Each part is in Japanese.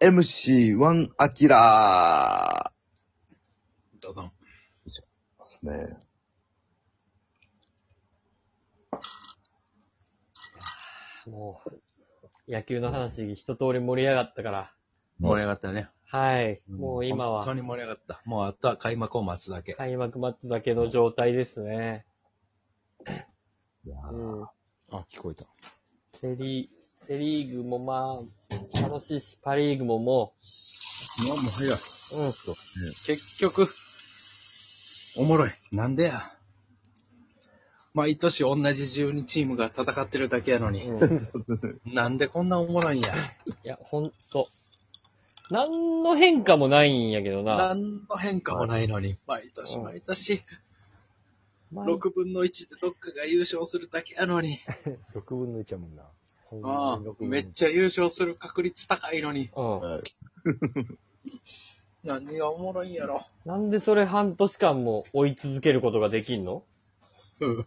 4MC1 アキラダダーン。ですね。もう、野球の話一通り盛り上がったから。盛り上がったよね。はい。もう今は本当に盛り上がった。もうあとは開幕を待つだけ。開幕待つだけの状態ですね。いやうん。あ、聞こえた。セリ、セリーグもまあ、楽しいし、パリーグもももうもう早い。う、うん。結局、おもろい。なんでや。毎年同じ12チームが戦ってるだけやのに、うん、いなんでこんなおもろいんや。や、ほんと。何の変化もないんやけどな。何の変化もないのに、毎年うん毎年、まあ6分の1でどっかが優勝するだけやのに、 6分の1やもんな。ほんあまあにめっちゃ優勝する確率高いのに、うん。何がおもろいんやろ。なんでそれ半年間も追い続けることができんのそうで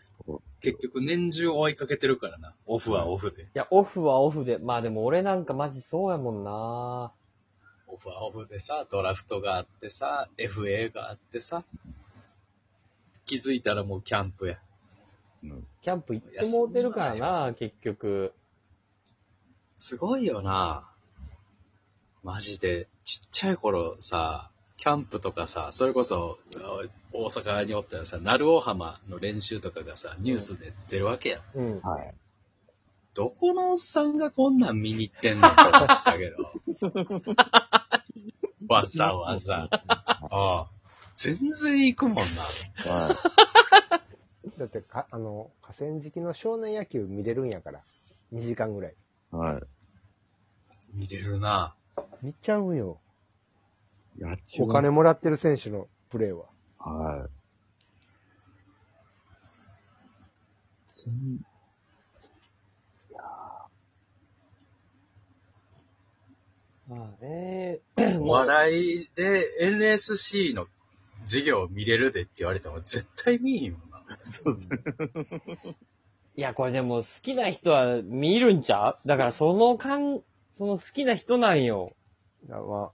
すよ結局年中追いかけてるからな。オフはオフで。いや、オフはオフで。まあでも俺なんかマジそうやもんな。オフはオフでさ、ドラフトがあってさ、FA があってさ、気づいたらもうキャンプや。うんキャンプ行ってもうてるからな、結局。すごいよなマジで、ちっちゃい頃さ、キャンプとかさ、それこそお大阪におったらさ、鳴尾浜の練習とかがさ、ニュースで出るわけや。うん。はい。どこのおっさんがこんなん見に行ってんのって思ってたけど。わざわざ。ああ全然行くもんな。はだってか、あの、河川敷の少年野球見れるんやから。2時間ぐらい。い。は見れるな。見ちゃうんよ。い。野球お金もらってる選手のプレーは。はい。全まあね、 お笑いで NSC の授業見れるでって言われても絶対見えんよな。そうですね。いや、これでも好きな人は見るんちゃうだからその感、その好きな人なんよ。だま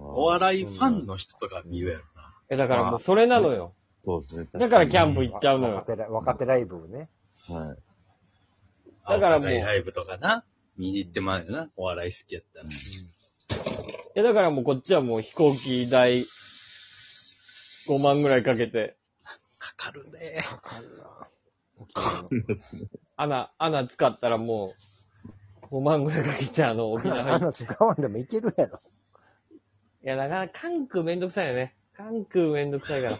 お笑いファンの人とか見るやろな。え、だからもうそれなのよ。そうですね。だからキャンプ。プ行っちゃうの若よ。手ラ若手ライブをね。はい。だからもう青ライブとかな。見に行ってまうよな。お笑い好きやったら。え、だからもうこっちはもう飛行機代5万ぐらいかけて、かかるね。わかんな。沖縄の穴、穴使ったらもう5万ぐらいかけてあの沖縄 あんに。いな使わんでもいけるやろ。や、だから関空めんどくさいよね。関空めんどくさいから。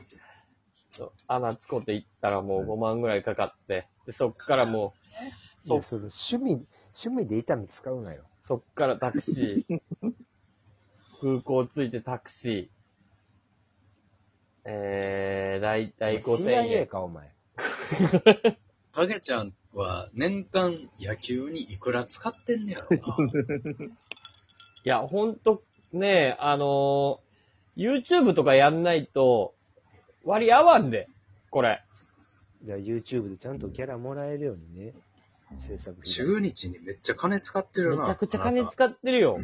そう穴使って行ったらもう5万ぐらいかかって、でそっからもう、そういやそれ趣味、趣味で痛み使うなよ。そっからタクシー。空港着いてタクシー。えー、だいたい5000 CIA 円。か、お前。タゲちゃんは年間野球にいくら使ってんねや ろな。いや、ほんと、ねあのー YouTube とかやんないと、割合わんで、これ。じゃあ YouTube でちゃんとギャラもらえるようにね。制作費。中日にめっちゃ金使ってるめな。ちゃくちゃあ金なた使ってるよ。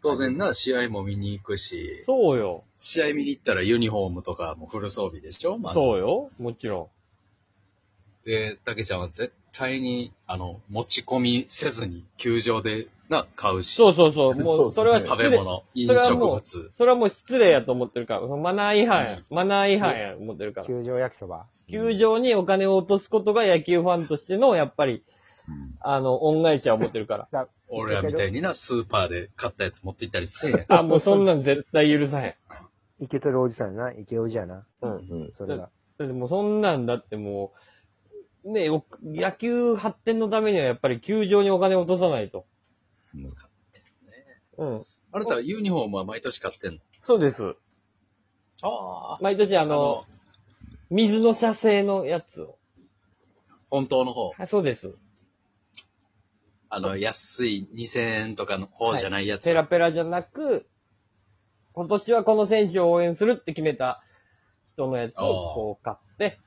当然な、試合も見に行くし、そうよ。試合見に行ったらユニフォームとかもフル装備でしょまず。そうよ。もちろ。で、たけちゃんは絶対に、あの、持ち込みせずに球場でな、買うんし、そうそうそう。もう、そそうれではすね食べ失礼。物、飲それは食もう物。それはもう失礼やと思ってるから、そのマナー違反や。マナー違反や、思ってるから。球場焼きそば。球場にお金を落とすことが野球ファンとしての、やっぱり、うんあの、恩返しは思ってる から。だ俺らみたいにな、スーパーで買ったやつ持って行ったりせえへん。あ、もうそんなん絶対許さへん。イケてるおじさんやな。イケおじやな。ううん。ん。それが。だってもうそんなんだってもう、ねお野球発展のためにはやっぱり球場にお金を落とさないと。うんうん。あなたはユニフォームは毎年買ってんのそうです。ああ。毎年ああのの、、水の射精のやつを。本当の方。はい、そうです。あの、安い2000円とかの方じゃないやつ。ペラペラじゃなく、今年はこの選手を応援するって決めた人のやつをこう買って、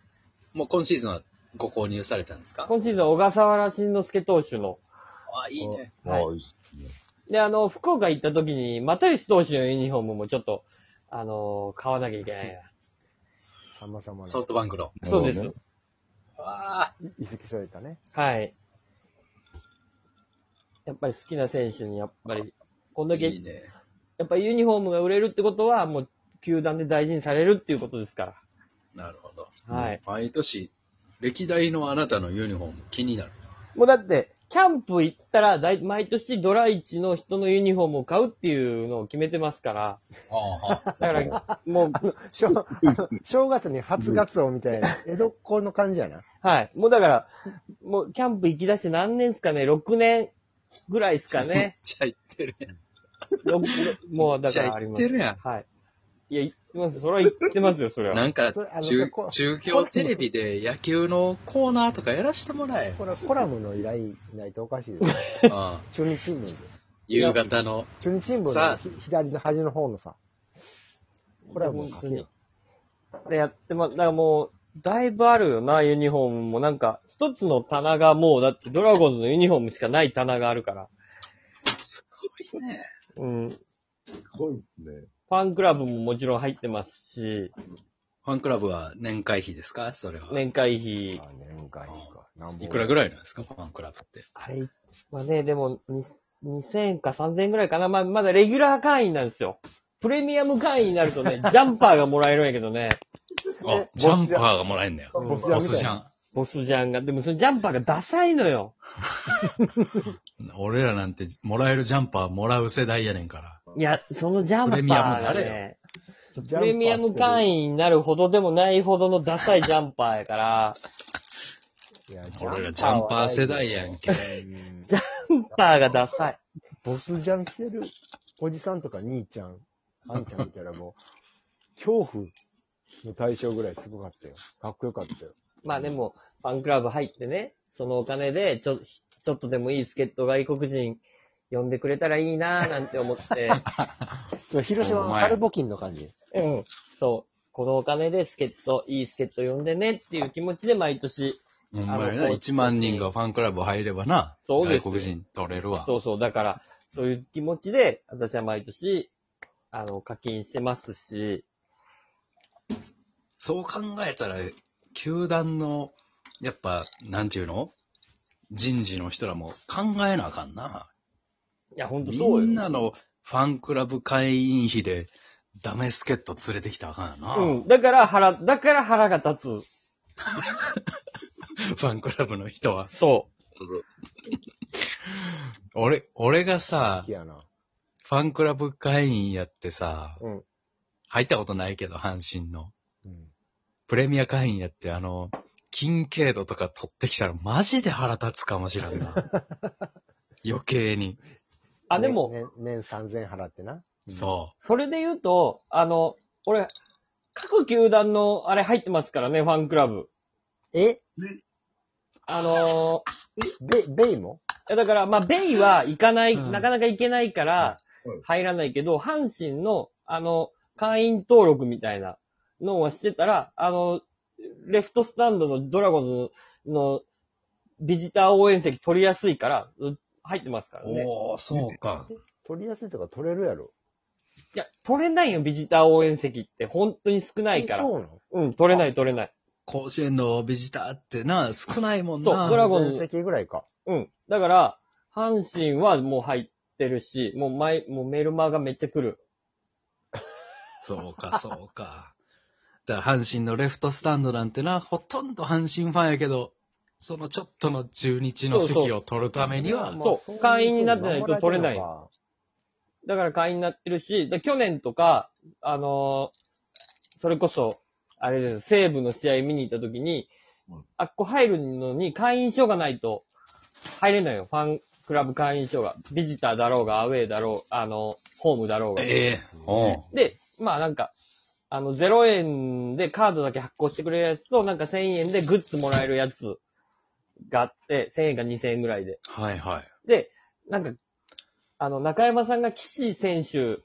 もう今シーズンはご購入されたんですか今シーズンは小笠原慎之介投手のああ、いいね。はいああいいっすねで、あの、福岡行った時に、又吉投手のユニフォームもちょっと、あの買わなきゃいけないな。様々なソフトバンクの。そうですなるほどねああ、移籍されたね。はい。やっぱり好きな選手に、やっぱり、こんだけ、いいね。やっぱりユニフォームが売れるってことは、もう、球団で大事にされるっていうことですかなるほど。ら。はい。毎年、歴代のあなたのユニフォーム気になる。もうだって、キャンプ行ったら、だい毎年ドラ1の人のユニフォームを買うっていうのを決めてますから、ああ、だ から、もう、しょあの正月に初ガツオみたいな、江戸っ子の感じやな。はい。もうだから、もうキャンプ行き出して何年ですかね ?6 年ぐらいですか めっね。ちゃ言ってるやん。ろくもうだからありめっまちゃ言ってす。るやん。はい。いや、言ってます。それは言ってますよ、それは。なんかそれあの中こ、中京テレビで野球のコーナーとかやらしてもらえよ。これはコラムの依頼ないとおかしいですよ。ああ中日新聞で。夕方の。中日新聞さあのひ左の端の方のさ、コラム本を書当けよに。。で、やってます。だからもう、だいぶあるよな、ユニフォームも。なんか、一つの棚がもう、だってドラゴンズのユニフォームしかない棚があるから。すごいね。うん。フすごいっすね。ァンクラブももちろん入ってますし、ファンクラブは年会費ですかそれは。年会費。あ年会費か。何本いくらぐらいなんですかファンクラブって。あれはね、でも、に2000か3000円ぐらいかな。まあ、まだレギュラー会員なんですよ。プレミアム会員になるとね、ジャンパーがもらえるんやけどね、あえ、ジャンパーがもらえんだよ。ボスジャンボスジャン。ボスジャンが。でもそのジャンパーがダサいのよ。俺らなんてもらえるジャンパーもらう世代やねんから。いや、そのジャンパーがね、ジャンパプーレミアム会員。員になるほどでもないほどのダサいジャンパーやから、いや俺らジャンパー世代やんけ。うんジャンパーがダサい。ボスジャン着てるおじさんとか兄ちゃん、あんちゃんみたいなもう、恐怖の対象ぐらいすごかったよ。かっこよかったよ。まあでも、ファンクラブ入ってね、そのお金で、ちょ、ちょっとでもいい助っ人外国人呼んでくれたらいいなーなんて思って、そう、広島の春募金の感じ。 うん。そう。このお金で助っ人、いい助っ人呼んでねっていう気持ちで毎年。ほんまやあな、の1万人がファンクラブ入ればな、そうです外よ国人取れるわ。そうそう。だから、そういう気持ちで、私は毎年、あの、課金してますし、そう考えたら、球団の、やっぱ、なんていうの人事の人らも考えなあかんな。いや、ほんとみそうよ。んなのファンクラブ会員費で、ダメ助っ人連れてきたらあかんよな。うん。だから腹、だから腹が立ファンクラブの人はつ。。そ俺、俺がさ好き、やな。ファンクラブ会員やってさ、うん入ったことないけど、阪神の。うん。プレミア会員やって、あの、金経度とか取ってきたらマジで腹立つかもしれん な。余計に。う。あ、でも、ね年、年3000払ってな。そそれで言うと、あの、俺、各球団の、あれ入ってますからね、ファンクラブ。えあのベ、ベイもいやだから、まあ、ベイは行かない、うんなかなか行けないからうん、入らないけど、阪神の、あの、会員登録みたいなのをしてたら、あの、レフトスタンドのドラゴンズのビジター応援席取りやすいから、う入ってますからう。ね。おおそうか。取りやすいとか取れるやろ。いや、取れないよ、ビジター応援席って。本当に少ないからえ。そうなのうん、取れない、取れない。甲子園のビジターってな、少ないもんそうドな。ラゴンズ全席ぐらいか。うん。だから、阪神はもう入ってるし、もう前、もうメルマがめっちゃ来る。そうか、そうか。だから阪神のレフトスタンドなんてな、ほとんど阪神ファンやけど、そのちょっとの中日の席を取るためには、そう会員になってないと取れないだから会員になってるし、で去年とか、あのーそれこそ、あれです、西武の試合見に行った時に、うんあっこ入るのに会員証がないと入れないよ。ファンクラブ会員証が。ビジターだろうが、アウェーだろう、あの、ホームだろうが。ええおうで、まあなんか、あの、0円でカードだけ発行してくれるやつと、なんか1000円でグッズもらえるやつがあって、1000円か2000円ぐらいで。はいはい。で、なんか、あの、中山さんが岸選手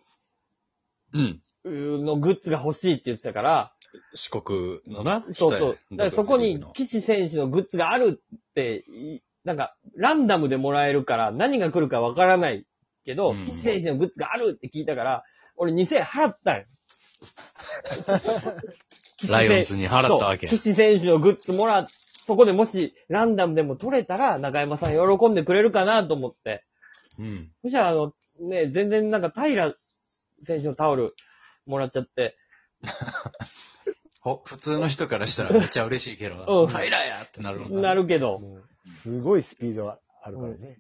うん。のグッズが欲しいって言ってたから、四国のな、そうそう。人やだからそこドにド岸選手のグッズがあるっていなんか、ランダムでもらえるから何が来るかわからないけど、うん岸選手のグッズがあるって聞いたから、俺2000円払ったんよ岸 ライ選オンズに払ったわけそう。岸選手のグッズもらっ、そこでもしランダムでも取れたら中山さん喜んでくれるかなと思って。うん。そしたらあの、ね、全然なんか平選手のタオルもらっちゃって、ほ、普通の人からしたらめっちゃ嬉しいけうどんな、平やってなるもんな。なるけど。もうすごいスピードがあるからね。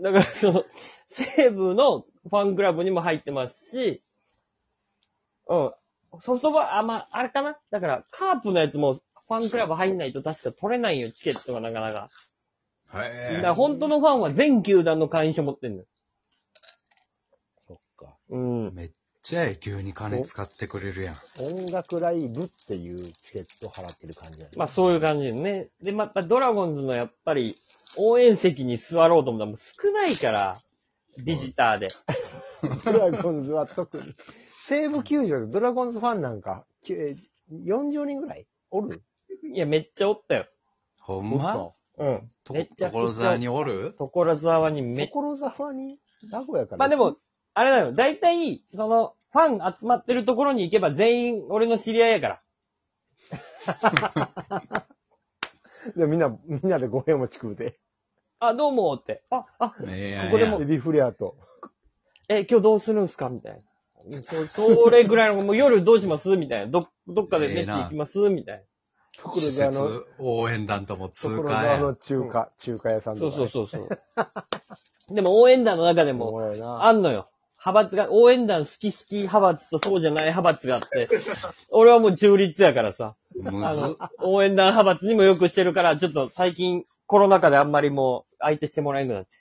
だから、その、西武のファンクラブにも入ってますし、うん。ソフトバンあ、まあ、あれかなだから、カープのやつもファンクラブ入んないと確か取れないよ、チケットがなかなか。だへかえら、本当のファンは全球団の会員証持ってんのよ。そっか。うん。めっちゃえ急に金使ってくれるやん。音楽ライブっていうチケット払ってる感じだね。まあ、そういう感じでね。で、また、ドラゴンズのやっぱり、応援席に座ろうと思ったらもう少ないから、ビジターで。ドラゴンズは特に。西武球場でドラゴンズファンなんか、きゅえー40人ぐらいおるいや、めっちゃおったよ。ほんまもうん。とめっちゃ所沢におる所沢にっとめっ所沢に名古屋から。まあでも、あれだよ。大体、その、ファン集まってるところに行けば全員俺の知り合いやから。で、みんな、みんなで五平餅食うで。あ、どうもって。あ、あ、ええやんここでもエビフレアと。え、今日どうするんすかみたいな。うん そそれぐらいの、もう夜どうしますみたいな。ど、どっかでええ飯な行きますみたい所施沢の、設応援団とも通所過沢やのん。中華、中華屋さな。んそとうか、そうそうそう。 でも応援団の中でうも、もうやな。あんのよ。派閥が、応援団好き好き派閥とそうじゃない派閥があって、俺はもう中立やからさ。むあずの、応援団派閥にもよくしてるから、ちょっと最近コロナ禍であんまりもう相手してもらえなくなって。